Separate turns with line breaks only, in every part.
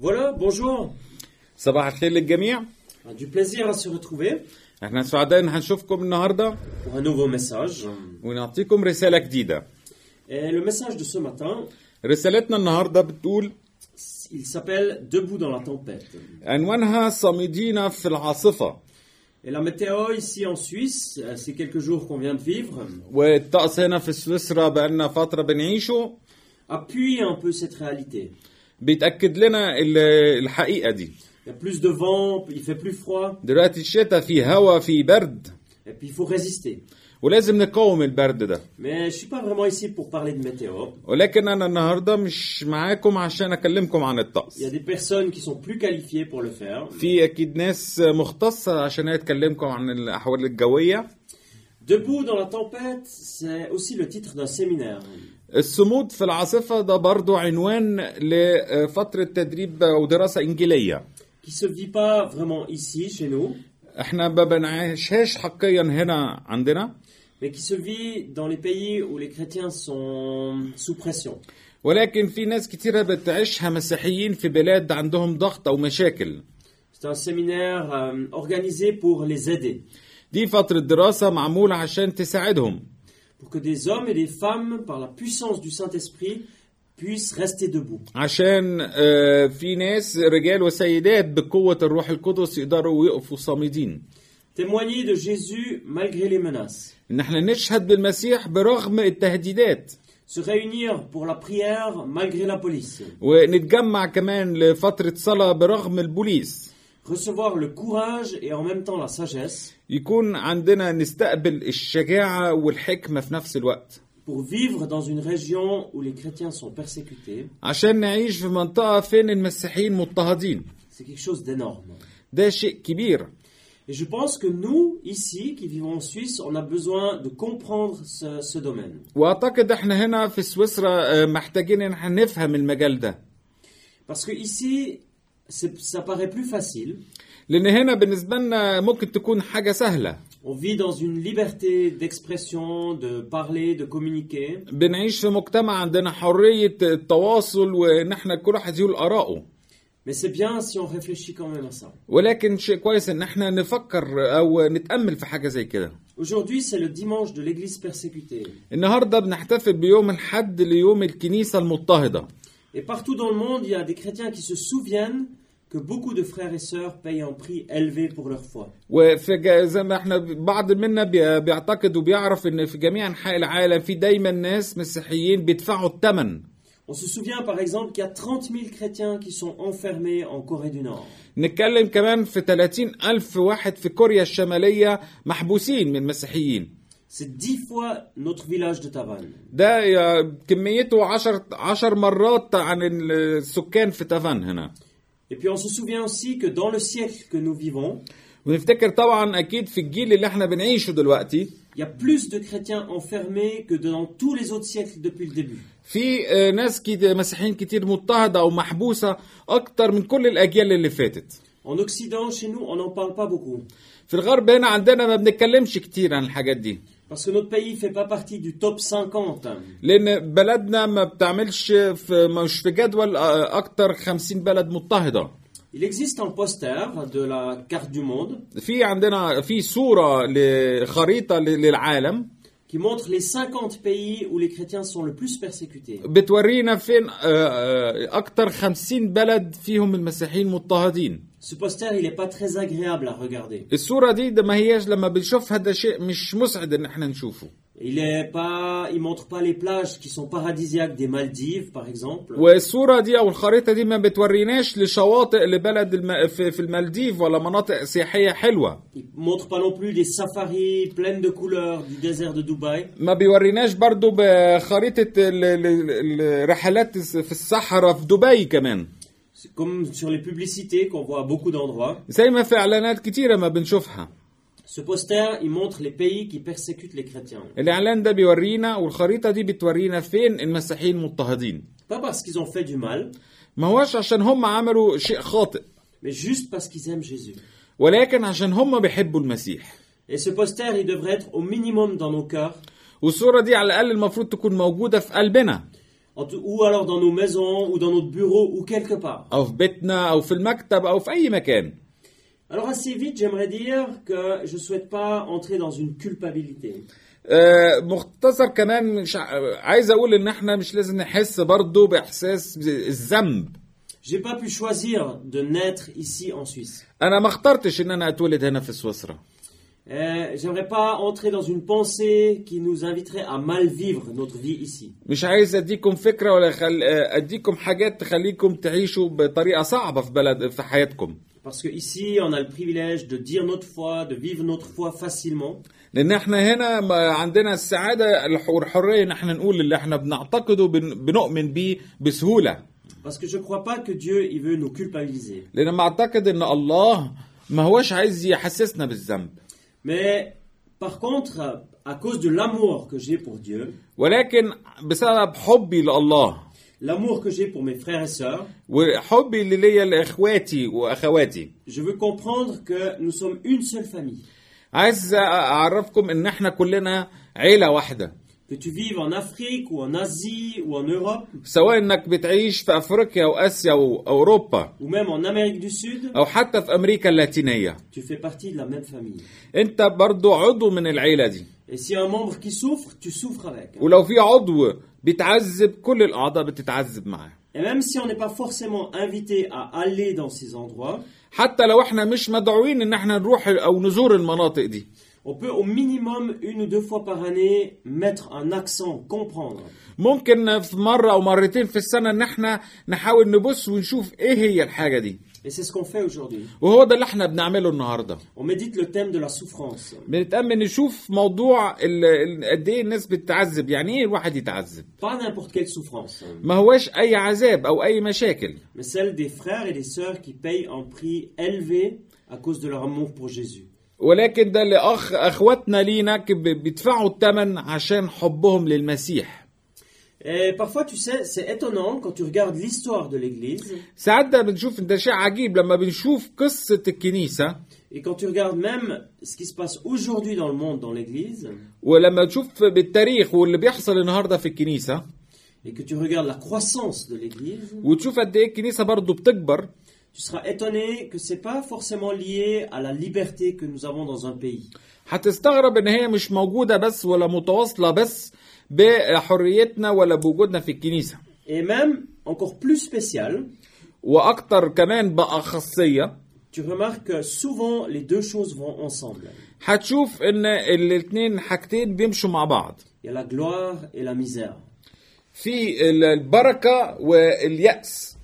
Voilà, bonjour. Ah,
صباح الخير للجميع
Du plaisir à se retrouver
احنا سعداء ان هنشوفكم النهارده
pour un nouveau message.
ونعطيكم رساله جديده
Et le message de ce matin,
رسالتنا النهارده بتقول
il s'appelle Debout dans la tempête.
عنوانها صامدين في العاصفه
Et la météo ici en Suisse, euh, c'est quelques jours qu'on vient de vivre,
والطقس هنا في سويسرا بقالنا فتره بنعيشه
appuie un peu cette réalité.
بيتاكد لنا ال- الحقيقه دي
Il y a plus de vent, il fait plus froid,
دلوقتي الشتاء في هوا في برد
et puis il faut résister.
ولازم نقاوم البرد ده
Mais je suis pas vraiment ici pour parler de météo.
ولكن انا النهارده مش معاكم عشان اكلمكم عن
Il y
الطقس
a des personnes qui sont plus qualifiées pour le faire.
في اكيد ناس مختصه عشان هي تكلمكم عن الاحوال الجويه
Debout dans la tempête, c'est aussi le titre d'un séminaire.
الصمود في العاصفة ده برضو عنوان لفترة تدريب ودراسة إنجيلية
qui se vit pas vraiment ici chez nous,
احنا ما بنعيشهاش حقيا هنا عندنا
mais qui se vit dans les pays où les chrétiens sont sous pression.
ولكن في ناس كتيرة بتعيشها مسيحيين في بلاد عندهم ضغط أو مشاكل
C'est un séminaire euh, organisé pour les aider,
دي فترة دراسة معمولة عشان تساعدهم
pour que des hommes et des femmes, par la puissance du Saint-Esprit, puissent rester debout.
عشان آه، في ناس رجال وسيدات بقوة الروح القدس يقدروا يقفوا صامدين
Témoigner de Jésus malgré les menaces.
ان احنا نشهد بالمسيح برغم التهديدات
Se réunir pour la prière malgré la police.
ونتجمع كمان لفترة صلاة برغم البوليس
Recevoir le courage et en même temps la sagesse
يكون عندنا نستقبل الشجاعة والحكمة في نفس الوقت
pour vivre dans une région où les chrétiens sont persécutés.
عشان نعيش في منطقة فين المسيحيين مضطهدين
C'est quelque chose d'énorme.
ده شيء كبير
Et je pense que nous, ici, qui vivons en Suisse, on a besoin de comprendre ce, ce domaine.
واعتقد احنا هنا في سويسرا آه، محتاجين ان احنا نفهم المجال ده
Parce que ici, c'est- ça paraît plus facile.
لان هنا بالنسبة لنا ممكن تكون حاجة سهلة
On vit dans une liberté d'expression, de parler, de communiquer.
بنعيش في مجتمع عندنا حرية التواصل وان احنا كل واحد يقول آراءه
Mais c'est bien si on réfléchit quand même à ça.
ولكن شيء كويس ان احنا نفكر او نتأمل في حاجة زي كده
Aujourd'hui, c'est le dimanche de l'Église persécutée.
النهارده بنحتفل بيوم الحد ليوم الكنيسه المضطهده
Et partout dans le monde, il y a des chrétiens qui se souviennent que beaucoup de frères et sœurs payent un prix élevé pour leur foi.
وفي جا- زي ما احنا بعض منا بي- بيعتقد وبيعرف ان في جميع انحاء العالم في دايما ناس مسيحيين بيدفعوا الثمن
On se souvient par exemple qu'il y a 30 000 chrétiens qui sont enfermés en Corée du Nord.
نتكلم كمان في 30 ألف واحد في كوريا الشمالية محبوسين من المسيحيين
C'est dix fois notre village de Tavannes.
ده يا- كميته عشر, عشر مرات عن السكان في تافان هنا
Et puis on se souvient aussi que dans le siècle que nous vivons,
ونفتكر طبعا أكيد في الجيل اللي احنا بنعيشه دلوقتي
il y a plus de chrétiens enfermés que dans tous les autres siècles depuis le début.
في آه، ناس كت- مسيحيين كتير مضطهدة أو محبوسة أكتر من كل الأجيال اللي فاتت
En Occident, chez nous, on n'en parle pas beaucoup.
في الغرب هنا عندنا ما بنتكلمش كتير عن الحاجات دي
Parce que notre pays ne fait pas partie du top 50. hein.
لأن بلدنا ما بتعملش في مش في جدول آه، أكتر 50 بلد مضطهدة
Il existe un poster de la carte du monde
في عندنا في صورة لخريطة ل- للعالم
qui montre les 50 pays où les chrétiens sont le plus persécutés.
بتورينا فين آه، آه، أكتر 50 بلد فيهم المسيحيين مضطهدين
Ce poster, il n'est pas très agréable à regarder.
الصورة دي ده ما هياش لما بنشوفها ده شيء مش مسعد إن احنا نشوفه
Il est pas, il montre pas les plages qui sont paradisiaques des Maldives, par exemple.
والصورة دي أو الخريطة دي ما بتوريناش لشواطئ لبلد الم... في في المالديف ولا مناطق سياحية حلوة
Il montre pas non plus des safaris pleines de couleurs du désert de Dubaï.
ما بيوريناش برضو بخريطة ال- ال- ال- الرحلات الس- في الصحراء في دبي كمان
C'est comme sur les publicités qu'on voit à beaucoup d'endroits.
زي ما في إعلانات كتيرة ما بنشوفها
Ce poster, il montre les pays qui persécutent les chrétiens.
الإعلان ده بيورينا والخريطة دي بتورينا فين المسيحيين مضطهدين
Pas parce qu'ils ont fait du mal,
ما هوش عشان هم عملوا شيء خاطئ
mais juste parce qu'ils aiment Jésus.
ولكن عشان هم بيحبوا المسيح
Et ce poster, il devrait être au minimum dans nos cœurs.
والصورة دي على الأقل المفروض تكون موجودة في قلبنا
en tout- ou alors dans nos maisons, ou dans notre bureau, ou quelque part.
او في بيتنا او في المكتب او في اي مكان
Alors assez vite, j'aimerais dire que je ne souhaite pas entrer dans une culpabilité.
آه، مختصر كمان مش ع- عايز اقول ان احنا مش لازم نحس برضه باحساس الذنب
J'ai pas pu choisir de naître ici en Suisse.
انا ما اخترتش ان انا اتولد هنا في سويسرا
Euh, J'aimerais pas entrer dans une pensée qui nous inviterait à mal vivre notre vie ici.
مش عايز اديكم فكره ولا خل... آه، اديكم حاجات تخليكم تعيشوا بطريقه صعبه في بلد في حياتكم
Parce que ici, on a le privilège de dire notre foi, de vivre notre foi facilement.
لان احنا هنا ما عندنا السعاده الح- والحريه ان احنا نقول اللي احنا بنعتقده وبن- بنؤمن بيه بسهوله
Parce que je crois pas que Dieu, il veut nous culpabiliser.
لان ما اعتقد ان الله ما هوش عايز يحسسنا بالذنب
Mais par contre, à cause de l'amour que j'ai pour Dieu,
ولكن بسبب حبي لله
l'amour que j'ai pour mes frères et sœurs,
وحبي اللي ليا لاخواتي واخواتي
je veux comprendre que nous sommes une seule famille.
عايز اعرفكم ان احنا كلنا عيله واحده
Que tu vives en Afrique ou en Asie ou en Europe
سواء انك بتعيش في افريقيا واسيا واوروبا
ou même en Amérique du Sud,
او حتى في امريكا اللاتينيه
tu fais partie de la même famille.
انت برضو عضو من العيله دي
Et s'il y a un membre qui souffre, tu souffres avec.
ولو في عضو بيتعذب كل الاعضاء بتتعذب معاه
Et même si on n'est pas forcément invité à aller dans ces endroits,
حتى لو احنا مش مدعوين ان احنا نروح او نزور المناطق دي
on peut au minimum une ou deux fois par année mettre un accent, comprendre.
ممكن في مره او مرتين في السنه ان احنا نحاول نبص ونشوف ايه هي الحاجه دي
Et c'est ce qu'on fait aujourd'hui.
وهو ده اللي احنا بنعمله النهارده
On médite le thème de la souffrance.
بنتامل نشوف موضوع ال- ال- قد ايه الناس بتتعذب يعني ايه الواحد يتعذب
Pas n'importe quelle souffrance, hein,
ما هواش اي عذاب او اي مشاكل
mais celle des frères et des sœurs qui payent un prix élevé à cause de leur amour pour Jésus.
ولكن ده اللي اخ اخواتنا لينا ك- ب- بيدفعوا الثمن عشان حبهم للمسيح
Et parfois, tu sais, c'est étonnant quand tu regardes l'histoire de l'Église
ساعات ده بنشوف ده شيء عجيب لما بنشوف قصه الكنيسه
et quand tu regardes même ce qui se passe aujourd'hui dans le monde, dans l'Église,
ولما تشوف بالتاريخ واللي بيحصل النهارده في الكنيسه
et que tu regardes la croissance de l'Église,
وتشوف قد ايه الكنيسه برضه بتكبر
tu seras étonné que c'est pas forcément lié à la liberté que nous avons dans un pays.
هتستغرب ان هي مش موجوده بس ولا متواصله بس بحريتنا ولا بوجودنا في الكنيسه
Et même encore plus spécial,
واكتر كمان باخصيه
tu remarques que souvent les deux choses vont ensemble.
هتشوف ان الاتنين حاجتين بيمشوا مع بعض
Il y a la gloire et la misère.
في ال- البركه والياس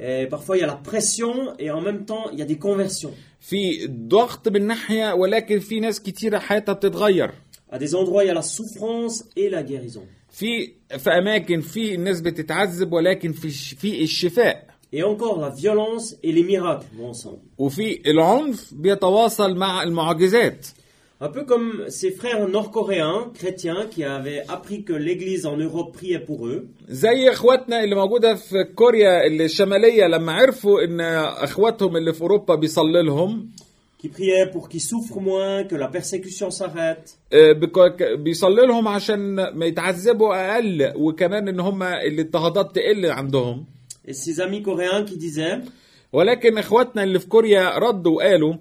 Et parfois il y a la pression et en même temps il y a des conversions.
في ضغط من ناحيه ولكن في ناس كتيره حياتها بتتغير
À des endroits il y a la souffrance et la guérison.
في في اماكن في الناس بتتعذب ولكن في الش- في الشفاء
Et encore la violence et les miracles vont ensemble.
وفي العنف بيتواصل مع المعجزات
Un peu comme ces frères nord-coréens, chrétiens, qui avaient appris que l'Église en Europe priait pour eux.
زي اخواتنا اللي موجوده في كوريا الشماليه لما عرفوا ان اخواتهم اللي في اوروبا بيصلي لهم
qui priait pour qu'ils souffrent moins, que la persécution s'arrête.
آه، بك- بيصلي لهم عشان ما يتعذبوا اقل وكمان ان هم الاضطهادات تقل عندهم
Et ses amis coréens qui disaient
ولكن اخواتنا اللي في كوريا ردوا وقالوا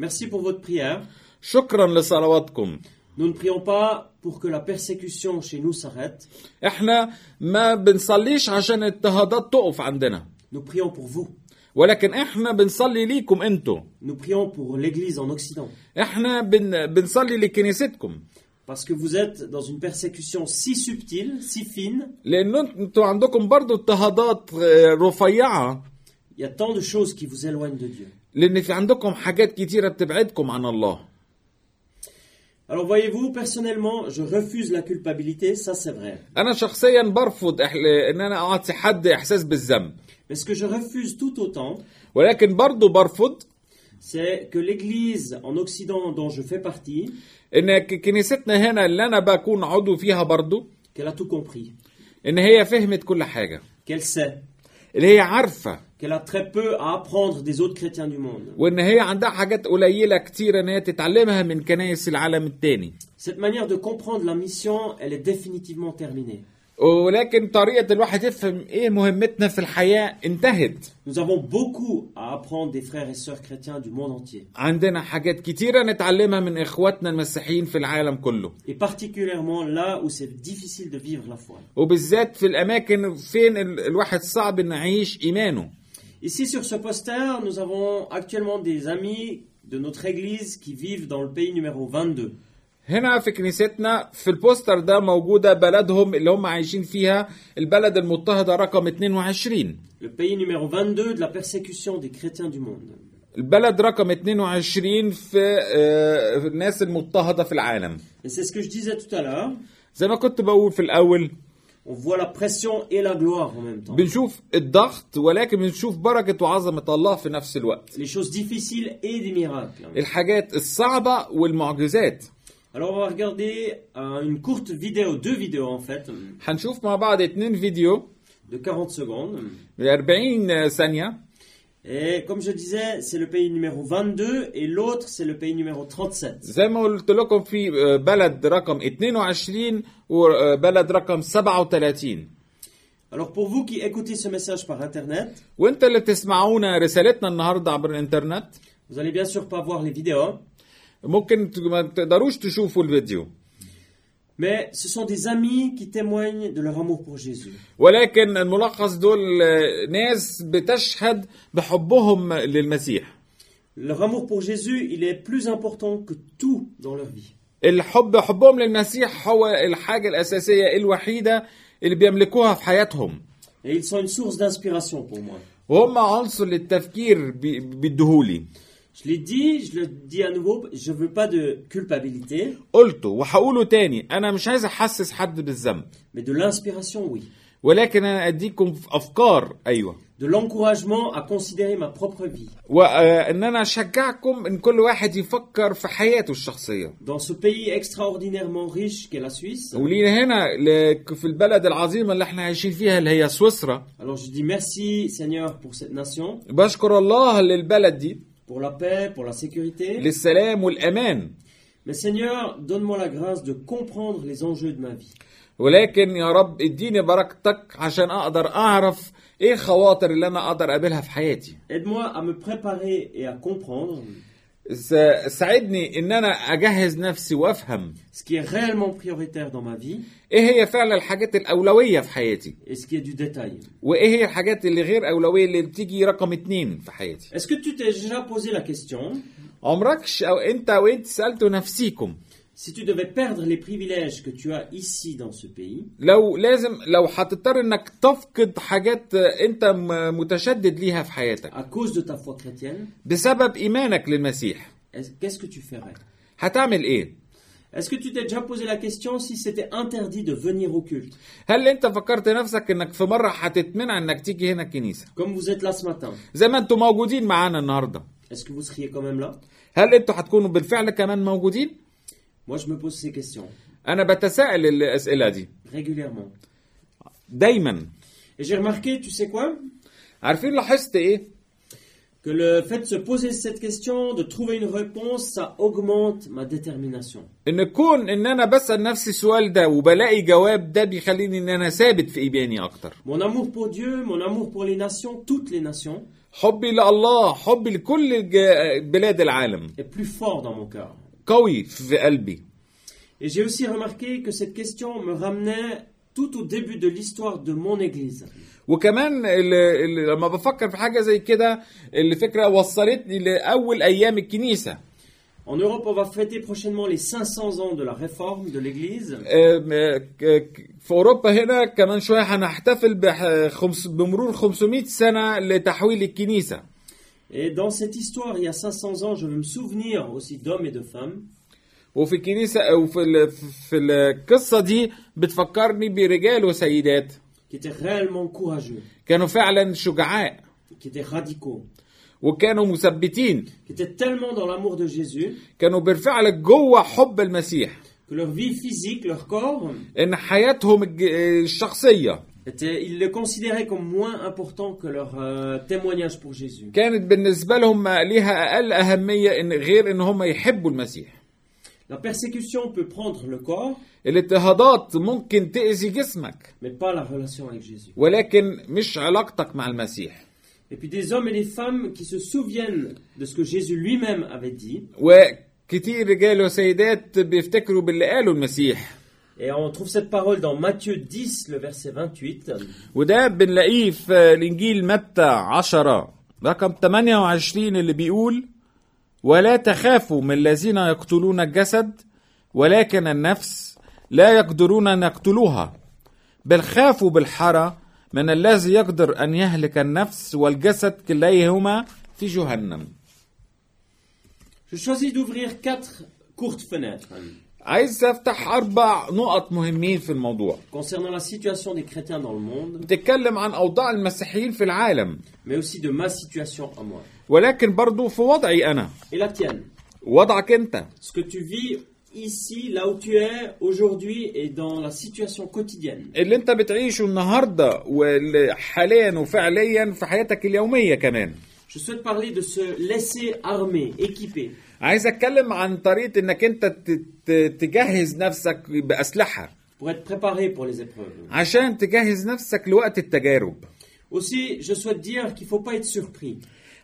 Merci pour votre prière.
شكرا لصلواتكم
Nous ne prions pas pour que la persécution chez nous s'arrête.
احنا ما بنصليش عشان الاضطهادات تقف عندنا
Nous prions pour vous.
ولكن احنا بنصلي ليكم انتوا
Nous prions pour l'Église en Occident.
احنا بن... بنصلي لكنيستكم
Parce que vous êtes dans une persécution si subtile, si fine.
لان انتوا عندكم برضو اضطهادات آه، رفيعه
Il y a tant de choses qui vous éloignent de Dieu.
لان في عندكم حاجات كتيره بتبعدكم عن الله
Alors voyez-vous, personnellement, je refuse la culpabilité, ça c'est vrai.
انا شخصيا برفض إح... ان انا اقعد في حد احساس بالذنب
Mais ce que je refuse tout autant,
ولكن برضو برفض
c'est que l'Église en Occident dont je fais partie,
ان ك- كنيستنا هنا اللي انا بكون عضو فيها برضو
qu'elle a tout compris,
ان هي فهمت كل حاجه
qu'elle sait,
اللي هي عارفه
qu'elle a très peu à apprendre des autres chrétiens du monde.
وان هي عندها حاجات قليله كتيره ان هي تتعلمها من كنايس العالم التاني
Cette manière de comprendre la mission, elle est définitivement terminée.
ولكن طريقة الواحد يفهم ايه مهمتنا في الحياة انتهت
Nous avons beaucoup à apprendre des frères et sœurs chrétiens du monde entier,
عندنا حاجات كتيرة نتعلمها من اخواتنا المسيحيين في العالم كله
et particulièrement là où c'est difficile de vivre la foi.
وبالذات في الاماكن فين ال- الواحد صعب انه يعيش ايمانه
Ici sur ce poster, nous avons actuellement des amis de notre église qui vivent dans le pays numéro 22.
هنا في كنيستنا في البوستر ده موجودة بلدهم اللي هم عايشين فيها البلد المضطهدة رقم 22
Le pays numéro 22 de la persécution des chrétiens du monde.
البلد رقم 22 في آه، في الناس المضطهدة في العالم
Et c'est ce que je disais tout à l'heure.
زي ما كنت بقول في الأول
On voit la pression et la gloire en même temps.
بنشوف الضغط ولكن بنشوف بركة وعظمة الله في نفس الوقت
Les choses difficiles et des miracles.
الحاجات الصعبة والمعجزات
Alors on va regarder euh, une courte vidéo, deux vidéos en fait,
هنشوف مع بعض اتنين فيديو
de 40 secondes.
ب 40 ثانية
Et comme je disais, c'est le pays numéro 22 et l'autre c'est le pays numéro 37.
زي ما قلت لكم في آه، بلد رقم 22 وبلد رقم 37
Alors pour vous qui écoutez ce message par internet,
وانت اللي بتسمعونا رسالتنا النهاردة عبر الانترنت
vous allez bien sûr pas voir les vidéos,
ممكن ت- ما تقدروش تشوفوا الفيديو
mais ce sont des amis qui témoignent de leur amour pour Jésus.
ولكن الملخص دول آه، ناس بتشهد بحبهم للمسيح
Leur amour pour Jésus, il est plus important que tout dans leur vie.
الحب حبهم للمسيح هو الحاجة الأساسية الوحيدة اللي بيملكوها في حياتهم
Et ils sont une source d'inspiration pour moi.
وهم عنصر للتفكير بي- بيديهولي
Je l'ai dit, je le dis à nouveau, je veux pas de culpabilité,
قلته وهقوله تاني أنا مش عايز أحسس حد بالذنب
mais de l'inspiration, oui.
ولكن أنا أديكم في أفكار أيوة
De l'encouragement à considérer ma propre vie.
وإن أنا أشجعكم إن كل واحد يفكر في حياته الشخصية
Dans ce pays extraordinairement riche qu'est la Suisse,
ولينا هنا ل- في البلد العظيمة اللي احنا عايشين فيها اللي هي سويسرا
alors je dis merci Seigneur pour cette nation,
بشكر الله للبلد دي
pour la paix, pour la sécurité.
للسلام والأمان
Mais Seigneur, donne-moi la grâce de comprendre les enjeux de ma vie.
ولكن يا رب اديني بركتك عشان اقدر اعرف ايه الخواطر اللي انا اقدر اقابلها في حياتي
Aide-moi à me préparer et à comprendre
س- ساعدني ان انا اجهز نفسي وافهم
ce qui est réellement prioritaire dans ma vie
ايه هي فعلا الحاجات الاولويه في حياتي
et ce qui est du détail.
وايه هي الحاجات اللي غير اولويه اللي بتيجي رقم اتنين في حياتي
Est-ce que tu t'es déjà posé la question
عمركش او انت او انت سالتوا نفسيكم
si tu devais perdre les privilèges que tu as ici dans ce pays,
لو لازم لو هتضطر انك تفقد حاجات انت م- متشدد ليها في حياتك
à cause de ta foi chrétienne,
بسبب ايمانك للمسيح
est- qu'est-ce que tu ferais
هتعمل ايه
Est-ce que tu t'es déjà posé la question si c'était interdit de venir au culte,
هل انت فكرت نفسك انك في مره هتتمنع انك تيجي هنا الكنيسه
comme vous êtes là ce matin
زي ما انتوا موجودين معانا النهارده
Est-ce que vous seriez quand même là
هل انتوا هتكونوا بالفعل كمان موجودين
Moi, je me pose ces questions
انا بتساءل الاسئله دي
régulièrement.
دايما
Et j'ai remarqué, tu sais quoi
عارفين لاحظت ايه
Que le fait de se poser cette question, de trouver une réponse, ça augmente ma détermination.
ان كون ان انا بسال نفسي السؤال ده وبلاقي جواب ده بيخليني ان انا ثابت في ايماني اكتر
Mon amour pour Dieu, mon amour pour les nations, toutes les nations,
حبي لله حبي لكل الج- بلاد العالم
est plus fort dans mon cœur.
قوي في قلبي
Et j'ai aussi remarqué que cette question me ramenait tout au début de l'histoire de mon Église.
وكمان اللي اللي لما بفكر في حاجه زي كده الفكره وصلتني لاول ايام الكنيسه
En Europe, on va fêter prochainement les 500 ans de la réforme de l'Église.
أم، أه، ك- ك- في اوروبا هنا كمان شويه هنحتفل بح- خمس- بمرور 500 سنه لتحويل الكنيسه
Et dans cette histoire, il y a 500 ans, je veux me souvenir aussi d'hommes et de femmes
وفي الكنيسه وفي ال- في القصه دي بتفكرني برجال وسيدات
qui étaient réellement courageux,
كانوا فعلا شجعاء
qui étaient radicaux,
وكانوا مثبتين
qui étaient tellement dans l'amour de Jésus
كانوا بالفعل جوه حب المسيح
que leur vie physique, leur corps,
ان حياتهم الج- الشخصيه
était, ils le considéraient comme moins important que leur euh, témoignage pour Jésus.
كانت بالنسبه لهم ليها اقل اهميه ان غير ان هم يحبوا المسيح
La persécution peut prendre le corps,
الاضطهادات ممكن تأذي جسمك
mais pas la relation avec Jésus.
ولكن مش علاقتك مع المسيح
Et puis des hommes et des femmes qui se souviennent de ce que Jésus lui-même avait dit.
وكتير رجال وسيدات بيفتكروا باللي قاله المسيح
Et on trouve cette parole dans Matthieu 10, le verset 28.
وده بنلاقيه في الإنجيل متى عشرة رقم 28 اللي بيقول ولا تخافوا من الذين يقتلون الجسد ولكن النفس لا يقدرون أن يقتلوها بل خافوا بالحرى من الذي يقدر أن يهلك النفس والجسد كليهما في جهنم
Je choisis d'ouvrir quatre courtes fenêtres hein,
عايز افتح أربع نقط مهمين في الموضوع
concernant la situation des chrétiens dans le monde,
بتتكلم عن أوضاع المسيحيين في العالم
mais aussi de ma situation à moi.
ولكن برضو في وضعي أنا
Et la tienne.
وضعك أنت
Ce que tu vis ici, là où tu es aujourd'hui et dans la situation quotidienne.
اللي انت بتعيشه النهارده وحاليا وفعليا في حياتك اليوميه كمان
Je souhaite parler de se laisser armer, équiper.
عايز اتكلم عن طريقه انك انت ت- ت- تجهز نفسك باسلحه
pour être préparé pour les épreuves.
عشان تجهز نفسك لوقت التجارب
Aussi, je souhaite dire qu'il ne faut pas être surpris,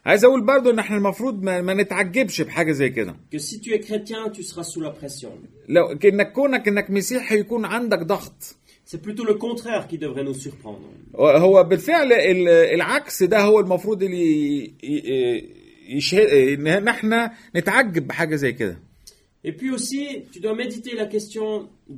عايز اقول برضو ان احنا المفروض ما, ما نتعجبش بحاجه زي كده
que si tu es chrétien, tu seras sous la pression.
لو انك كونك انك مسيحي يكون عندك ضغط
C'est plutôt le contraire qui devrait nous surprendre.
هو بالفعل ال- العكس ده هو المفروض اللي ي- ي- يشه... ان احنا نتعجب بحاجه زي كده
Et puis aussi, tu dois méditer la question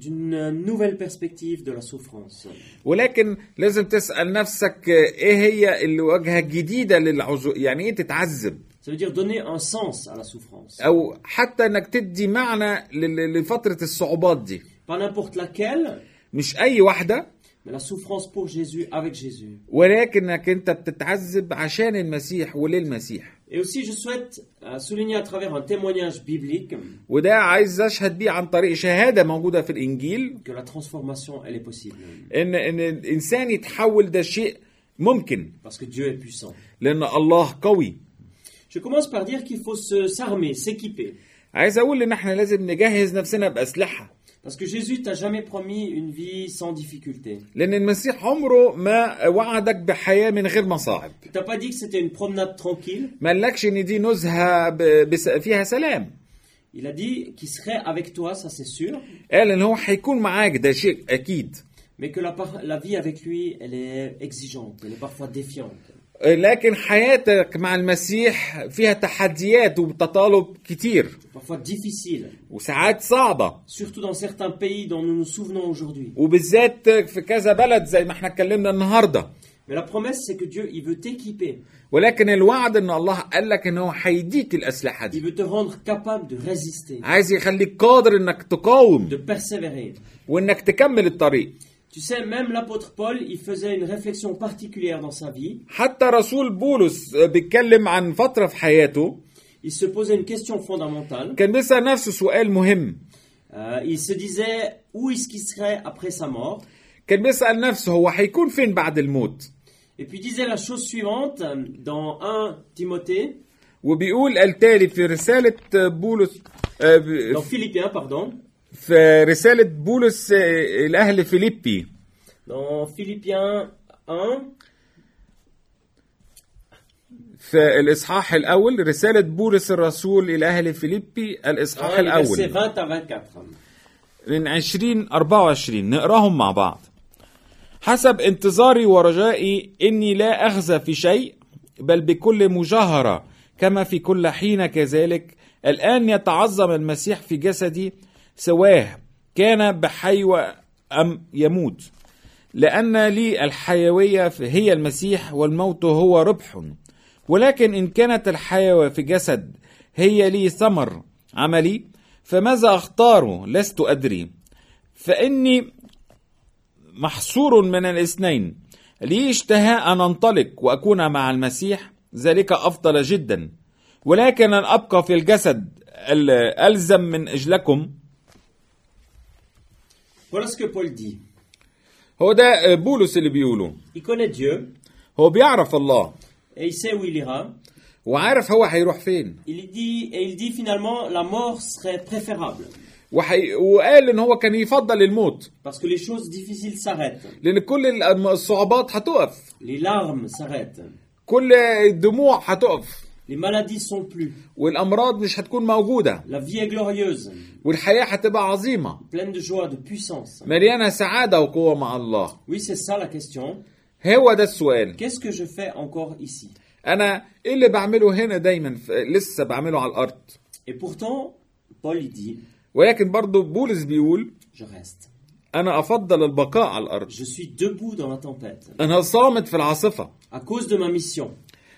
d'une nouvelle perspective de la souffrance.
ولكن لازم تسأل نفسك ايه هي الواجهة الجديدة للعزو يعني ايه تتعذب
Ça veut dire donner un sens à la souffrance.
او حتى انك تدي معنى لل- لفترة الصعوبات دي
Pas n'importe laquelle,
مش اي واحدة
mais la souffrance pour Jésus, avec Jésus.
ولكنك انت بتتعذب عشان المسيح وللمسيح
Et aussi, je souhaite euh, souligner à travers un témoignage biblique
وده عايز اشهد بيه عن طريق شهادة موجودة في الانجيل
que la transformation, elle est possible.
ان ان الانسان يتحول ده شيء ممكن
Parce que Dieu est puissant.
لان الله قوي
Je commence par dire qu'il faut se- s'armer, s'équiper.
عايز اقول ان احنا لازم نجهز نفسنا باسلحه
Parce que Jésus t'a jamais promis une vie sans difficulté.
لأن المسيح عمره ما وعدك بحياة من غير مصاعب
Il t'a pas dit que c'était une promenade tranquille.
ما قالكش إن دي نزهة ب- بس- فيها سلام
Il a dit qu'il serait avec toi, ça c'est sûr,
قال إن هو هيكون معاك ده شيء أكيد
mais que la, par- la vie avec lui, elle est exigeante, elle est parfois défiante.
لكن حياتك مع المسيح فيها تحديات وتطالب كتير
Parfois difficile,
وساعات صعبة
surtout dans certains pays dont nous nous souvenons aujourd'hui.
وبالذات في كذا بلد زي ما احنا اتكلمنا النهاردة
Mais la promesse, c'est que Dieu, il veut t'équiper.
ولكن الوعد ان الله قال لك ان هو هيديك الاسلحه
Il
دي
veut te rendre capable de résister,
عايز يخليك قادر انك تقاوم
de persévérer.
وانك تكمل الطريق
Tu sais, même l'apôtre Paul, il faisait une réflexion particulière dans sa vie.
حتى رسول بولس بيتكلم عن فترة في حياته
Il se posait une question fondamentale.
كان بيسأل نفسه سؤال مهم
Euh, il se disait où est-ce qu'il serait après sa mort.
كان بيسأل نفسه هو هيكون فين بعد الموت
Et puis il disait la chose suivante euh, dans 1 Timothée,
وبيقول التالي في رسالة بولس آه،
dans Philippiens, pardon,
في رسالة بولس آه، الأهل فيليبي
dans Philippiens 1,
في الإصحاح الأول رسالة بولس الرسول الأهل فيليبي الإصحاح
hein, les versets 20
الأول
à 24.
من 20 24 نقراهم مع بعض حسب انتظاري ورجائي اني لا اخزى في شيء بل بكل مجاهره كما في كل حين كذلك الان يتعظم المسيح في جسدي سواه كان بحي ام يموت لان لي الحيويه هي المسيح والموت هو ربح ولكن ان كانت الحيوه في جسد هي لي ثمر عملي فماذا اختار لست ادري فاني محصور من الاثنين لي اشتهاء أن أنطلق وأكون مع المسيح ذلك أفضل جدا ولكن أن أبقى في الجسد ال- ألزم من أجلكم
Voilà ce que Paul dit.
هو ده بولس اللي بيقوله
Il connaît Dieu
هو بيعرف الله
et il sait où il ira.
وعارف هو هيروح فين
Il dit, et il dit finalement, la mort serait préférable.
وحي... وقال ان هو كان يفضل الموت
Parce que les choses difficiles s'arrêtent.
لان كل ال- الصعوبات هتقف
Les larmes s'arrêtent.
كل الدموع هتقف
Les maladies sont plus.
والامراض مش هتكون موجوده
La vie est glorieuse,
والحياه هتبقى عظيمه
pleine de joie, de puissance.
مليانه سعاده وقوه مع الله
Oui, c'est ça la question.
هو ده السؤال
Qu'est-ce que je fais encore ici
انا ايه اللي بعمله هنا دايما ف- لسه بعمله على الارض
Et pourtant, Paul il dit,
ولكن برضو بولس بيقول
je reste.
انا افضل البقاء على الارض
Je suis debout dans la tempête.
انا صامت في العاصفه
À cause de ma mission,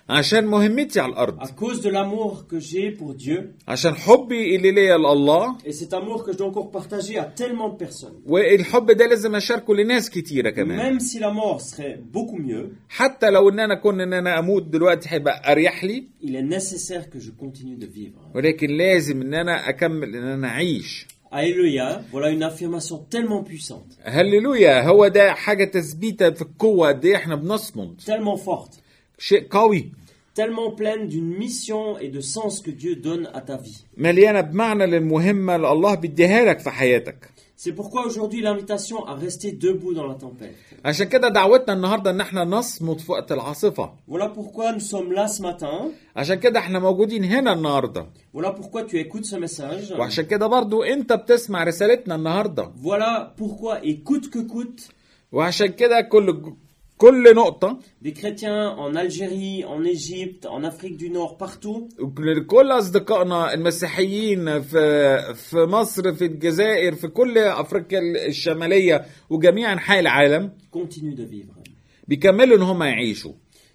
عشان مهمتي على
à
الارض
cause de l'amour que j'ai pour Dieu,
عشان حبي اللي ليا لله
et cet amour que je dois encore partager à tellement de personnes.
والحب ده لازم اشاركه لناس كتيره كمان
Même si la mort serait beaucoup mieux,
حتى لو ان انا كون ان انا اموت دلوقتي هيبقى اريح لي
il est nécessaire que je continue de vivre.
ولكن لازم ان انا اكمل ان انا اعيش
Alléluia, voilà une affirmation tellement puissante,
هللويا هو ده حاجه تثبيته في القوه قد ايه احنا بنصمد
tellement forte,
شيء قوي
tellement pleine d'une mission et de sens que Dieu donne à ta vie.
مليانه بمعنى للمهمه اللي الله بيديها لك في حياتك
C'est pourquoi aujourd'hui l'invitation à rester debout dans la tempête.
عشان كده دعوتنا النهارده ان احنا نصمد في وقت العاصفه
Voilà pourquoi nous sommes là ce matin.
عشان كده احنا موجودين هنا النهارده
Voilà pourquoi tu écoutes ce message.
وعشان كده برضو انت بتسمع رسالتنا النهارده
Voilà pourquoi, et coûte que coûte,
وعشان كده كل كل نقطه
des chrétiens en Algérie, en Égypte, en Afrique du Nord, partout,
كل اصدقائنا المسيحيين في في مصر في الجزائر في كل افريقيا الشماليه وجميع انحاء العالم
continuent de vivre.
بيكملوا ان هم يعيشوا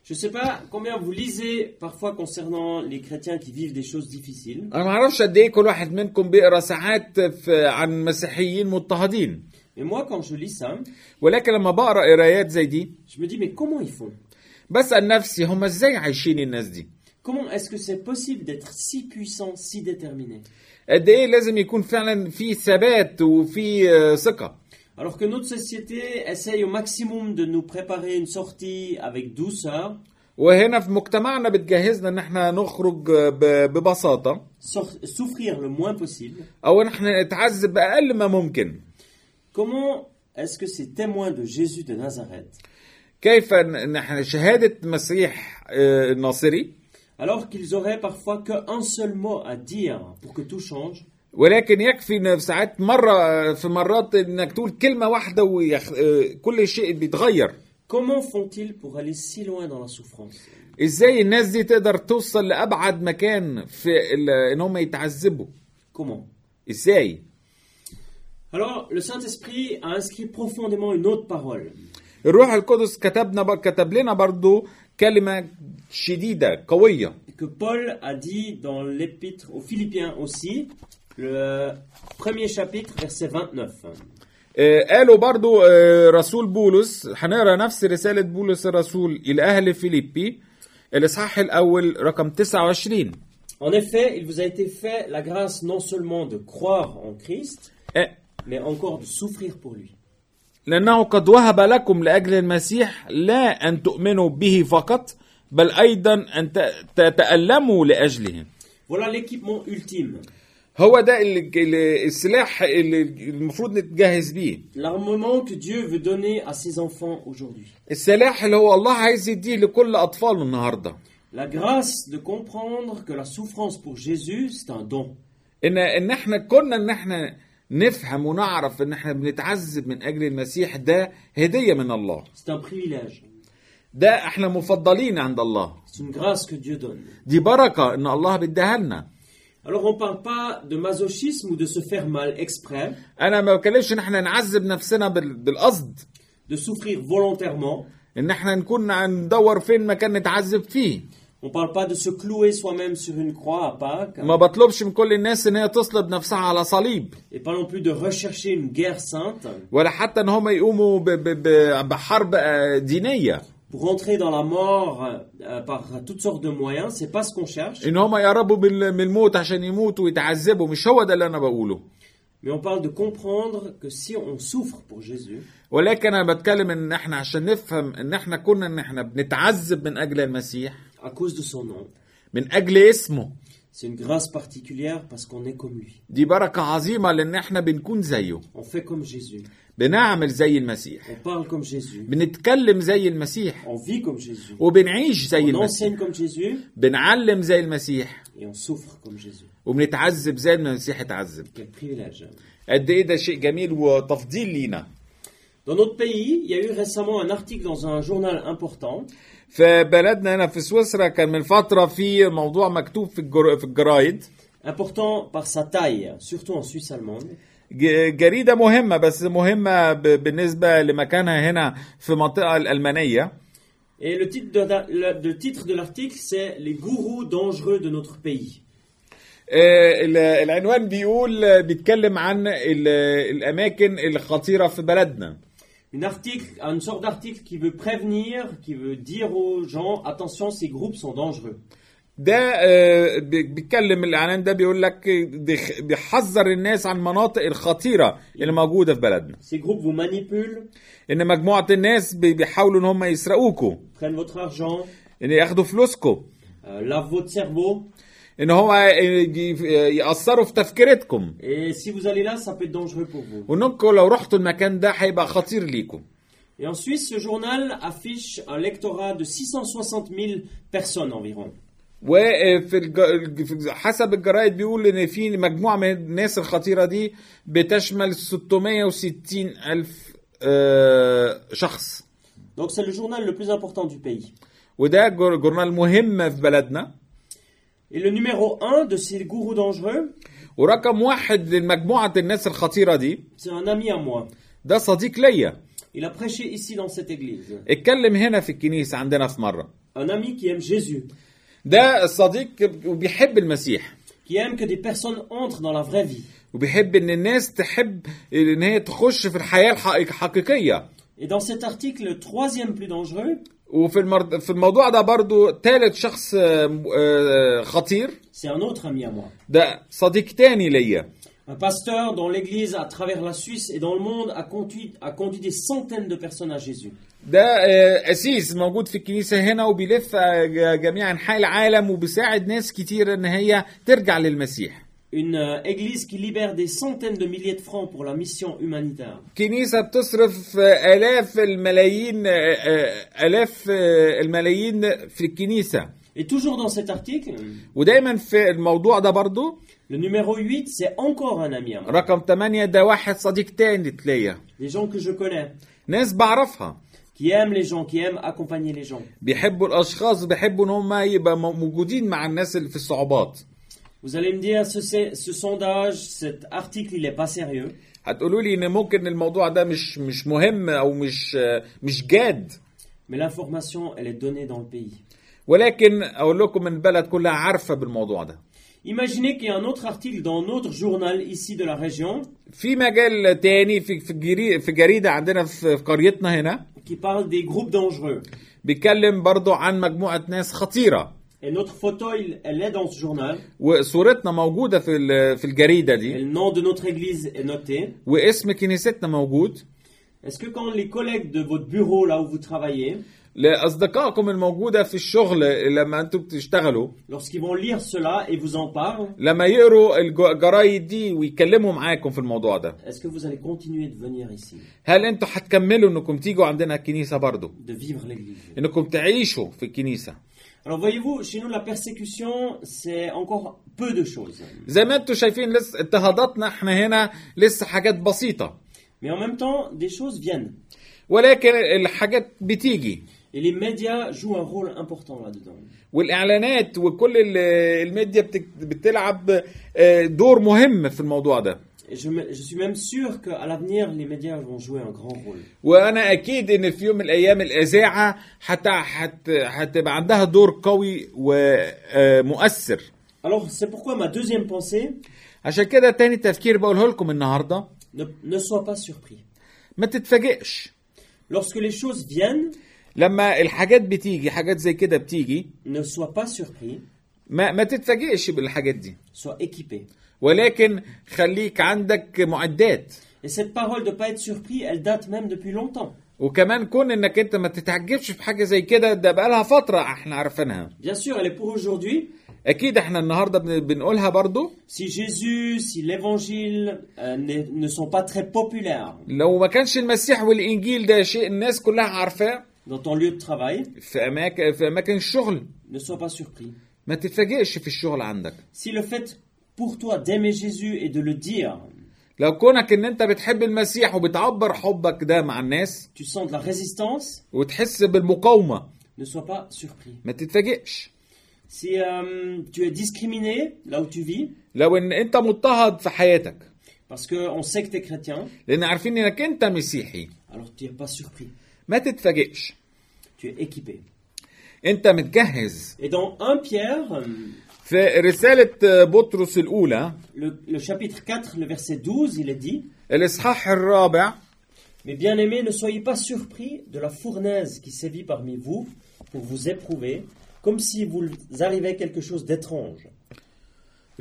Je ne sais pas combien vous lisez parfois concernant les chrétiens qui vivent des choses difficiles.
انا ما اعرفش قد ايه كل واحد منكم بيقرا ساعات في عن مسيحيين مضطهدين
Mais moi, quand je lis ça,
ولكن لما بقرا قرايات زي دي
je me dis, mais comment ils font
بسال نفسي هم ازاي عايشين الناس دي
Comment est-ce que c'est possible d'être si puissant, si déterminé
قد ايه لازم يكون فعلا في ثبات وفي آه، ثقه
Alors que notre société essaye au maximum de nous préparer une sortie avec douceur,
وهنا في مجتمعنا بتجهزنا ان احنا نخرج آه، ب- ببساطه
sor- souffrir le moins possible,
او ان احنا نتعذب باقل ما ممكن
comment est-ce que ces témoins de Jésus de Nazareth,
كيف ان إن احنا شهاده مسيح آه، الناصري
alors qu'ils auraient parfois qu'un seul mot à dire pour que tout change,
ولكن يكفي ان في ساعات مره آه، في مرات انك تقول كلمه واحده وكل آه، شيء بيتغير
comment font-ils pour aller si loin dans la souffrance
ازاي الناس دي تقدر توصل لابعد مكان في ال- ان هم يتعذبوا
Comment
ازاي
Alors, le Saint-Esprit a inscrit profondément une autre parole.
الروح القدس كتبنا بر- كتب لنا برضو كلمه شديده قويه
que Paul a dit dans l'épître aux Philippiens aussi, le premier chapitre, verset 29.
آه، قالوا برضو آه، رسول بولس هنقرا نفس رسالة بولس الرسول إلى أهل فيليبي الإصحاح الأول رقم 29
En effet, il vous a été fait la grâce non seulement de croire en Christ,
آه،
mais encore de souffrir pour lui.
لأنه قد وهب لكم لأجل المسيح لا أن تؤمنوا به فقط بل أيضا أن ت- تتألموا لأجله
Voilà l'équipement ultime,
هو ده ال- ال- السلاح اللي المفروض نتجهز بيه
l'armement que Dieu veut donner à ses enfants aujourd'hui.
السلاح اللي هو الله عايز يديه لكل أطفاله النهاردة
La grâce de comprendre que la souffrance pour Jésus, c'est un don.
ان ان احنا كنا ان احنا نفهم ونعرف ان احنا بنتعذب من اجل المسيح ده هديه من الله
C'est un privilège.
ده احنا مفضلين عند الله
C'est une grâce que Dieu donne.
دي بركه ان الله بيديها لنا
Alors on ne parle pas de masochisme ou de se faire mal exprès.
انا ما بكلمش ان احنا نعذب نفسنا بال- بالقصد
de souffrir volontairement.
ان احنا نكون ندور فين مكان نتعذب فيه
On ne parle pas de se clouer soi-même sur une croix à Pâques,
ما بطلبش من كل الناس ان هي تصلب نفسها على صليب
et pas non plus de rechercher une guerre sainte
ولا حتى ان هم يقوموا ب- ب- ب- بحرب آه، دينيه
pour entrer dans la mort euh, par toutes sortes de moyens. C'est pas ce qu'on cherche,
ان هم يقربوا من من الموت عشان يموتوا ويتعذبوا مش هو ده اللي انا بقوله
mais on parle de comprendre que si on souffre pour Jésus,
ولكن انا بتكلم ان احنا عشان نفهم ان احنا كنا ان احنا بنتعذب من اجل المسيح
à cause de son nom,
من أجل اسمه
C'est une grâce particulière parce qu'on est comme lui.
دي بركة عظيمة لأن احنا بنكون زيه
On fait comme Jésus.
بنعمل زي المسيح
On parle comme Jésus.
بنتكلم زي المسيح
On vit comme Jésus.
وبنعيش زي
On
المسيح
enseigne comme Jésus
بنعلم زي المسيح
et on souffre comme Jésus.
وبنتعذب زي ما المسيح اتعذب
Quel privilège. hein.
قد ايه ده شيء جميل وتفضيل لينا
Dans notre pays, il y a eu récemment un article dans un journal important
في بلدنا هنا في سويسرا كان من فترة في موضوع مكتوب في الجر... في الجرايد
important par sa taille, surtout en Suisse allemande.
ج- جريدة مهمة بس مهمة ب... بالنسبة لمكانها هنا في منطقة الألمانية
Et le titre de, la- le titre de l'article, c'est Les gourous dangereux de notre pays.
آه، ال- العنوان بيقول آه، بيتكلم عن ال- الأماكن الخطيرة في بلدنا
Une article, une sorte d'article qui veut prévenir, qui veut dire aux gens attention, ces groupes sont dangereux.
ده آه، بي- بيتكلم الإعلان ده بيقول لك آه، بيخ- بيحذر الناس عن المناطق الخطيرة اللي موجودة في بلدنا
Ces groupes vous manipulent,
إن مجموعة الناس بي- بيحاولوا إن هم يسرقوكوا
prennent votre argent,
إن ياخدوا فلوسكوا
euh, lavent votre cerveau.
إن هو آه، ي- آه، يأثروا في تفكيرتكم
Et si vous allez là, ça peut être dangereux pour vous.
وإنكم لو رحتوا المكان ده هيبقى خطير ليكم
Et en Suisse, ce journal affiche un lectorat de 660 000 personnes environ.
وفي الج... في- حسب الجرايد بيقول ان في مجموعه من الناس الخطيره دي بتشمل 660 الف آه، شخص
Donc c'est le journal le plus important du pays.
وده جور- جورنال مهم في بلدنا
Et le numéro 1 de ces gourous dangereux,
ورقم واحد لمجموعه الناس الخطيره دي
c'est un ami à moi.
ده صديق ليا
Il a prêché ici dans cette église.
اتكلم هنا في الكنيسه عندنا في مره
Un ami qui aime Jésus,
ده الصديق وبيحب المسيح
qui aime que des personnes entrent dans la vraie vie.
وبيحب ان الناس تحب ان هي تخش في الحياه الح- الحقيقيه
Et dans cet article, le troisième plus dangereux,
وفي المر... في الموضوع ده برضو تالت شخص آه، م- آه، خطير
c'est un autre ami à moi.
ده صديق تاني ليا
Un pasteur dont l'église à travers la Suisse et dans le monde a conduit, a conduit des centaines de personnes à Jésus.
ده آه، قسيس موجود في الكنيسة هنا وبيلف آه، ج- جميع أنحاء العالم وبيساعد ناس كتير إن هي ترجع للمسيح
Une euh, église qui libère des centaines de milliers de francs pour la mission humanitaire.
كنيسة بتصرف آه، آلاف الملايين آه، آه، آلاف آه، الملايين في الكنيسة
Et toujours dans cet article,
ودايما في الموضوع ده برضو
le numéro 8, c'est encore un ami à moi.
رقم 8 ده واحد صديق تاني ليا
Des gens que je connais,
ناس بعرفها
qui aiment les gens, qui aiment accompagner les gens.
بيحبوا الاشخاص بيحبوا ان هم يبقى مو- موجودين مع الناس اللي في الصعوبات
Vous allez me dire, ce, c'est- ce sondage, cet article, il n'est pas sérieux.
هتقولوا لي ان ممكن الموضوع ده مش مش مهم او مش مش جاد
Mais l'information, elle est donnée dans le pays.
ولكن اقول لكم ان البلد كلها عارفه بالموضوع ده
Imaginez qu'il y a un autre article dans notre journal ici de la région
في مجال تاني في في, الجري في جريده عندنا في في قريتنا هنا
qui parle des groupes dangereux.
بيتكلم برضو عن مجموعه ناس خطيره
Et notre photo, il- elle est dans ce journal.
وصورتنا موجوده في ال- في الجريده
Et
دي
le nom de notre église est noté.
واسم كنيستنا موجود
Est-ce que quand les collègues de votre bureau, là où vous travaillez,
لاصدقائكم الموجوده في الشغل لما انتوا بتشتغلوا
lorsqu'ils vont lire cela et vous en parlent,
لما يقروا الج- الجرايد دي ويتكلموا معاكم في الموضوع ده
est-ce que vous allez continuer de venir ici,
هل انتوا هتكملوا انكم تيجوا عندنا الكنيسه برضو
de vivre l'église
انكم تعيشوا في الكنيسه
Alors voyez-vous, chez nous, la persécution, c'est encore peu de choses.
زي ما انتوا شايفين لسه اضطهاداتنا احنا هنا لسه حاجات بسيطه
Mais en même temps, des choses viennent.
ولكن الحاجات بتيجي
Et les médias jouent un rôle important là-dedans.
والاعلانات وكل ال- الميديا بتك- بتلعب آه، دور مهم في الموضوع ده
Et je, me- je suis même sûr qu'à l'avenir, les médias vont jouer un grand rôle.
وانا اكيد ان في يوم من الايام الاذاعه حتى حت هتبقى عندها دور قوي ومؤثر
Alors c'est pourquoi ma deuxième pensée,
عشان كده تاني تفكير بقوله لكم النهارده
ne, ne sois pas surpris.
ما تتفاجئش
Lorsque les choses viennent,
لما الحاجات بتيجي حاجات زي كده بتيجي
ne sois pas surpris,
ما ما تتفاجئش بالحاجات دي
sois équipé.
ولكن خليك عندك معدات
Et cette parole de ne pas être surpris, elle date même depuis longtemps.
وكمان كون انك انت ما تتعجبش في حاجه زي كده ده بقالها فتره احنا عارفينها
Bien sûr, elle est pour aujourd'hui.
اكيد احنا النهارده بن- بنقولها برضو
Si Jésus, si l'évangile euh, ne, ne sont pas très populaires
لو ما كانش المسيح والانجيل ده شيء الناس كلها عارفاه
dans ton lieu de travail,
في اماكن في اماكن الشغل
ne sois pas surpris.
ما تتفاجئش في الشغل عندك
Si le fait pour toi d'aimer Jésus et de le dire,
لو كونك ان انت بتحب المسيح وبتعبر حبك ده مع الناس
tu sens de la résistance,
وتحس بالمقاومه
ne sois pas surpris.
ما تتفاجئش
Si euh, tu es discriminé là où tu vis,
لو ان انت مضطهد في حياتك
parce qu'on sait que tu es chrétien,
لان عارفين انك انت مسيحي
alors tu n'es pas surpris.
ما تتفاجئش
Tu es équipé.
انت متجهز
Et dans 1 Pierre, euh,
في رساله بطرس الاولى
le, le chapitre 4, le verset 12, il est dit
الاصحاح الرابع
Mais bien-aimés, ne soyez pas surpris de la fournaise qui sévit parmi vous pour vous éprouver, comme si vous arrivait quelque chose d'étrange.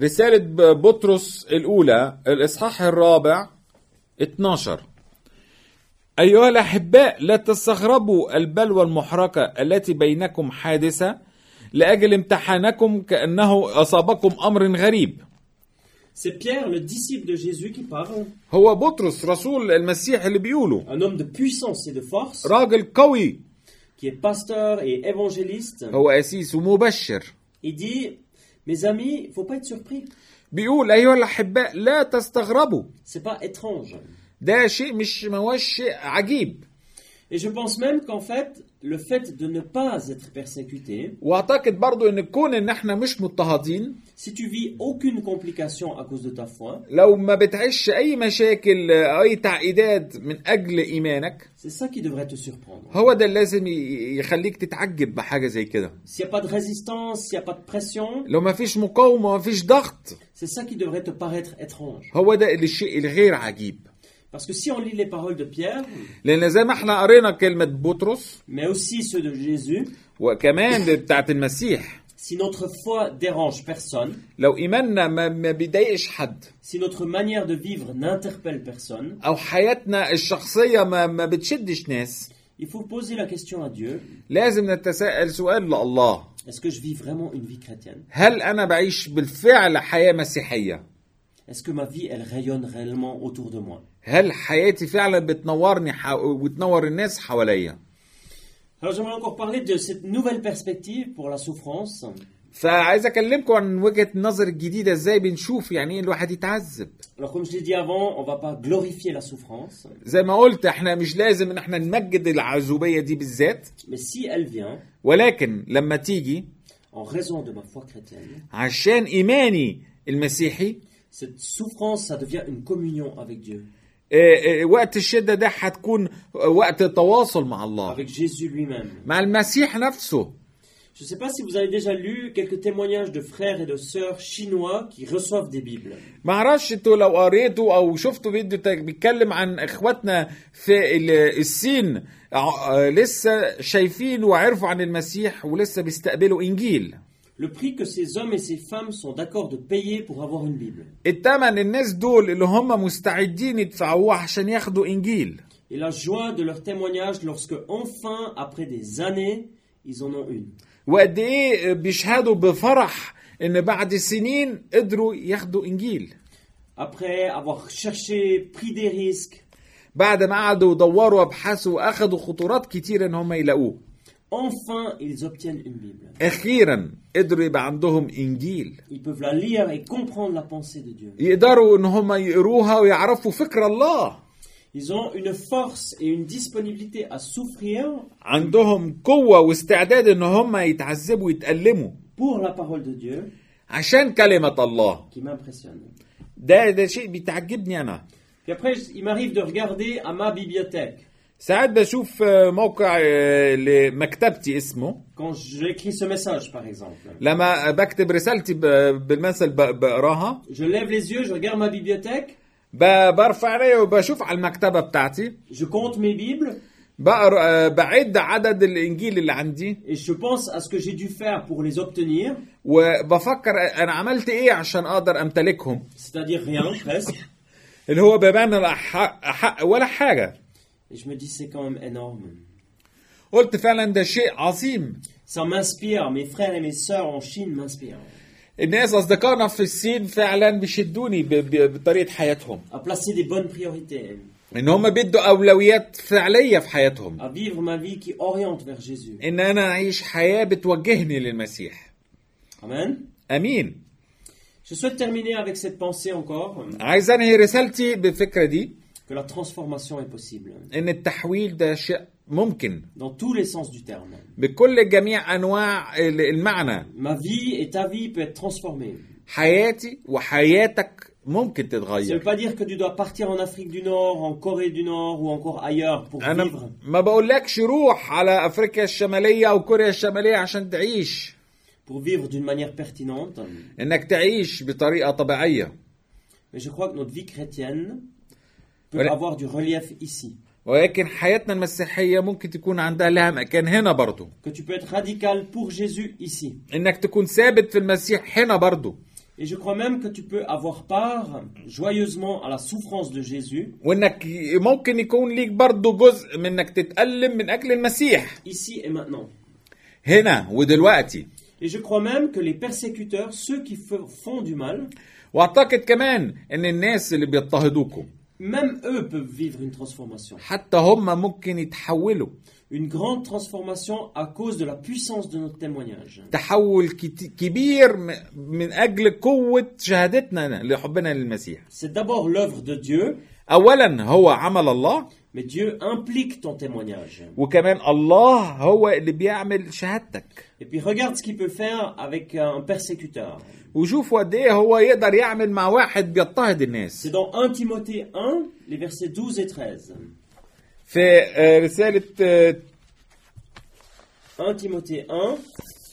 رسالة ب- بطرس الأولى الإصحاح الرابع 12 أيها الأحباء لا تستغربوا البلوى المحرقة التي بينكم حادثة لأجل امتحانكم كأنه أصابكم أمر غريب
C'est Pierre, le disciple de Jésus, qui parle,
هو بطرس رسول المسيح اللي بيقوله
un homme de puissance et de force,
راجل قوي
qui est pasteur et évangéliste.
هو أسيس ومبشر
Il dit Mes amis, il faut pas être surpris,
بيقول أيها الأحباء لا تستغربوا
c'est pas étrange.
ده شيء مش ما هوش شيء عجيب
Et je pense même qu'en fait, le fait de ne pas être persécuté,
واعتقد برضو ان كون ان احنا مش مضطهدين
si tu vis aucune complication à cause de ta foi,
لو ما بتعيش اي مشاكل أو اي تعقيدات من اجل ايمانك
c'est ça qui devrait te surprendre.
هو ده اللي لازم ي- يخليك تتعجب بحاجه زي كده
S'il n'y a pas de résistance, s'il n'y a pas de pression,
لو ما فيش مقاومه ما فيش ضغط
c'est ça qui devrait te paraître étrange.
هو ده اللي الشيء الغير عجيب
Parce que si on lit les paroles de Pierre,
لان زي ما احنا قرينا كلمه بطرس
mais aussi ceux de Jésus,
وكمان بتاعه المسيح
si notre foi dérange personne,
لو ايماننا ما, ما بيضايقش حد
si notre manière de vivre n'interpelle personne,
او حياتنا الشخصيه ما, ما بتشدش ناس
il faut poser la question à Dieu,
لازم نتساءل سؤال لله
est-ce que je vis vraiment une vie chrétienne
هل انا بعيش بالفعل حياه مسيحيه
Est-ce que ma vie, elle rayonne réellement autour de moi
هل حياتي فعلا بتنورني ح... وتنور الناس حواليا
Alors j'aimerais encore parler de cette nouvelle perspective pour la souffrance.
فعايز اكلمكم عن وجهه النظر الجديده ازاي بنشوف يعني ايه الواحد يتعذب
Alors comme je l'ai dit avant, on va pas glorifier la souffrance,
زي ما قلت احنا مش لازم ان احنا نمجد العزوبيه دي بالذات
mais si elle vient
ولكن لما تيجي
en raison de ma foi chrétienne,
عشان ايماني المسيحي
cette souffrance, ça devient une communion avec Dieu,
آه، آه، وقت الشده ده هتكون وقت تواصل مع الله
avec Jésus lui-même.
مع المسيح نفسه
Je ne sais pas si vous avez déjà lu quelques témoignages de frères et de sœurs chinois qui reçoivent des Bibles.
معرفش انتوا لو قريتوا او شفتوا فيديو تا- بيتكلم عن اخواتنا في ال- الصين ع- آه، لسه شايفين وعرفوا عن المسيح ولسه بيستقبلوا انجيل
Le prix que ces hommes et ces femmes sont d'accord de payer pour avoir une Bible.
التمن الناس دول اللي هم مستعدين يدفعوه عشان ياخدوا انجيل
Et la joie de leur témoignage lorsque enfin, après des années, ils en ont une.
وقد ايه بيشهدوا بفرح ان بعد سنين قدروا ياخدوا انجيل
Après avoir cherché, pris des risques,
بعد ما قعدوا يدوروا وابحثوا واخدوا خطورات كتير ان هم يلاقوه
enfin ils obtiennent une Bible.
اخيرا قدروا يبقى عندهم انجيل
Ils peuvent la lire et comprendre la pensée de Dieu.
يقدروا ان هم يقروها ويعرفوا فكر الله
Ils ont une force et une disponibilité à souffrir
عندهم قوة واستعداد ان هم يتعذبوا ويتألموا
pour la parole de Dieu
عشان كلمة الله
qui m'impressionne.
ده ده شيء بيتعجبني انا
Puis après, je- il m'arrive de regarder à ma bibliothèque.
ساعات بشوف آه، موقع آه، لمكتبتي اسمه
Quand j'écris ce message, par exemple,
لما بكتب رسالتي ب- بالمثل ب- بقراها
je lève les yeux, je regarde ma bibliothèque,
ب- برفع ايدي وبشوف على المكتبة بتاعتي
je compte mes Bibles
بقر آه، بعد عدد الانجيل اللي عندي
et je pense à ce que j'ai dû faire pour les obtenir,
وبفكر انا عملت ايه عشان اقدر امتلكهم
c'est-à-dire rien presque.
اللي هو بمعنى الأحق أحق ولا حاجة
Et je me dis, c'est quand même énorme.
قلت فعلا ده شيء عظيم
Ça m'inspire, mes frères et mes sœurs en Chine m'inspirent.
الناس أصدقائنا في الصين فعلا بيشدوني ب- ب- بطريقة حياتهم
À placer des bonnes priorités,
إن هم بيدوا أولويات فعلية في حياتهم
à vivre ma vie qui oriente vers Jésus.
إن أنا أعيش حياة بتوجهني للمسيح
Amen.
أمين
Je souhaite terminer avec cette pensée encore,
عايز أنهي رسالتي بالفكرة دي
que la transformation est possible,
إن التحويل ده شيء ممكن
dans tous les sens du terme.
بكل جميع أنواع ال- المعنى
Ma vie et ta vie peut être transformée.
حياتي وحياتك ممكن
Ça ne veut
تتغير
pas dire que tu dois partir en Afrique du Nord, en Corée du Nord ou encore ailleurs pour
أنا
vivre.
ما بقولكش روح على أفريقيا الشمالية أو كوريا الشمالية عشان تعيش
pour vivre d'une manière pertinente.
إنك تعيش بطريقة طبيعية
Mais je crois que notre vie chrétienne peut
Voilà.
avoir du relief ici.
ولكن حياتنا المسيحية ممكن تكون عندها لها مكان هنا برضو
Que tu peux être radical pour Jésus ici.
إنك تكون ثابت في المسيح هنا برضو
Et je crois même que tu peux avoir part joyeusement à la souffrance de Jésus
وإنك ي- ممكن يكون ليك برضو جزء من إنك تتألم من أجل المسيح
ici et maintenant.
هنا ودلوقتي
Et je crois même que les persécuteurs, ceux qui f- font du mal,
واعتقد كمان ان الناس اللي بيضطهدوكم
même eux peuvent vivre une transformation.
حتى هم ممكن يتحولوا
Une grande transformation à cause de la puissance de notre témoignage.
تحول كت- كبير م- من اجل قوه شهادتنا لحبنا للمسيح
C'est d'abord l'œuvre de Dieu,
اولا هو عمل الله
mais Dieu implique ton témoignage.
وكمان الله هو اللي بيعمل شهادتك
Et puis regarde ce qu'il peut faire avec un persécuteur.
وشوفوا قد ايه هو يقدر يعمل مع واحد بيضطهد الناس
C'est dans 1 Timothée 1, les versets 12 et 13.
في آه، رساله آه،
1 Timothée 1,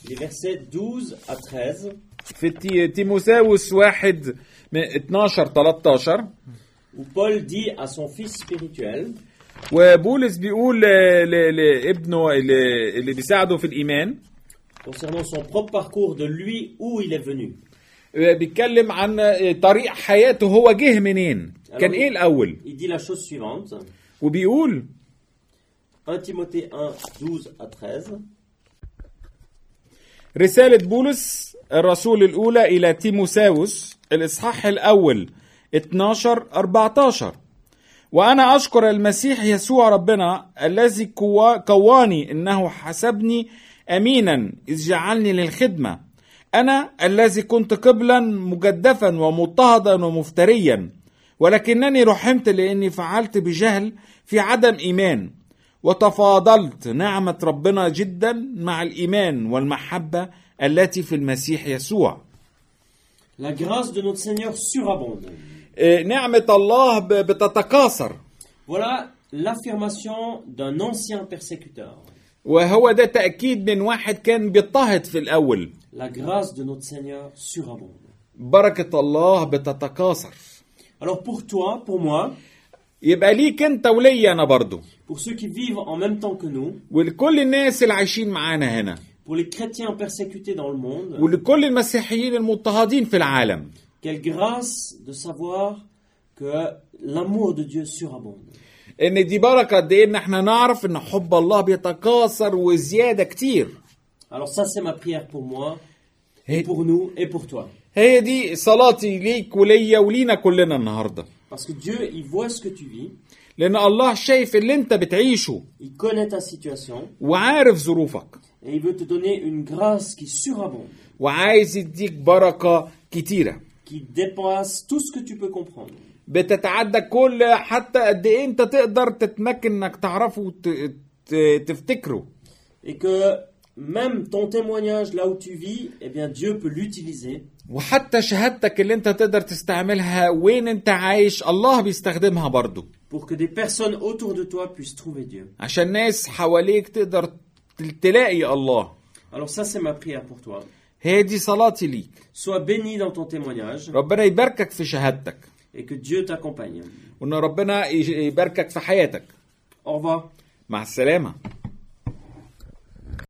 les versets 12 à 13.
في تي- تيموثاوس واحد من 12 13
où Paul dit à son fils spirituel,
وبولس بيقول ل- ل- لابنه اللي اللي بيساعده في الايمان
concernant son propre parcours, de lui où il est venu.
بيتكلم عن طريق حياته هو جه منين كان ايه الاول
Il dit la chose suivante,
وبيقول
1 Timothée 1, 12 à 13.
رسالة بولس الرسول الأولى إلى تيموساوس الإصحاح الأول 12 14 وأنا أشكر المسيح يسوع ربنا الذي كوا- كواني إنه حسبني أمينا إذ جعلني للخدمة أنا الذي كنت قبلا مجدفا ومضطهدا ومفتريا ولكنني رحمت لأني فعلت بجهل في عدم إيمان وتفاضلت نعمة ربنا جدا مع الإيمان والمحبة التي في المسيح يسوع
La grâce de notre Seigneur surabonde.
آه، نعمة الله ب- بتتكاثر
Voilà l'affirmation d'un ancien persécuteur.
وهو ده تأكيد من واحد كان بيضطهد في الأول
La grâce de notre Seigneur surabonde.
بركة الله بتتكاثر
Alors pour toi, pour moi,
يبقى ليك انت وليا انا برضو
pour ceux qui vivent en même temps que nous,
ولكل الناس اللي عايشين معانا هنا
pour les chrétiens persécutés dans le monde,
ولكل المسيحيين المضطهدين في العالم
quelle grâce de savoir que l'amour de Dieu surabonde.
ان دي بركة قد ايه ان احنا نعرف ان حب الله بيتكاثر وزيادة كتير
Alors ça, c'est ma prière pour moi,
هي-
et pour nous et pour toi.
هي دي صلاتي ليك وليا ولينا كلنا النهارده
Parce que Dieu, il voit ce que tu vis,
لان الله شايف اللي انت بتعيشه
il connaît ta situation,
وعارف ظروفك
et il veut te donner une grâce qui surabonde,
وعايز يديك بركه كتيره
qui dépasse tout ce que tu peux comprendre.
بتتعدى كل حتى قد ايه انت تقدر تتمكن انك تعرفه وت... ت- تفتكره
Et que même ton témoignage là où tu vis, eh bien Dieu peut l'utiliser
وحتى شهادتك اللي انت تقدر تستعملها وين انت عايش الله بيستخدمها برضه
pour que des personnes autour de toi puissent trouver Dieu.
عشان ناس حواليك تقدر تل- تلاقي الله
Alors ça, c'est ma prière pour toi.
هي دي صلاتي ليك
Sois béni dans ton témoignage
ربنا يباركك في شهادتك
et que Dieu t'accompagne.
وان ربنا يج- يباركك في حياتك
Au revoir.
مع السلامه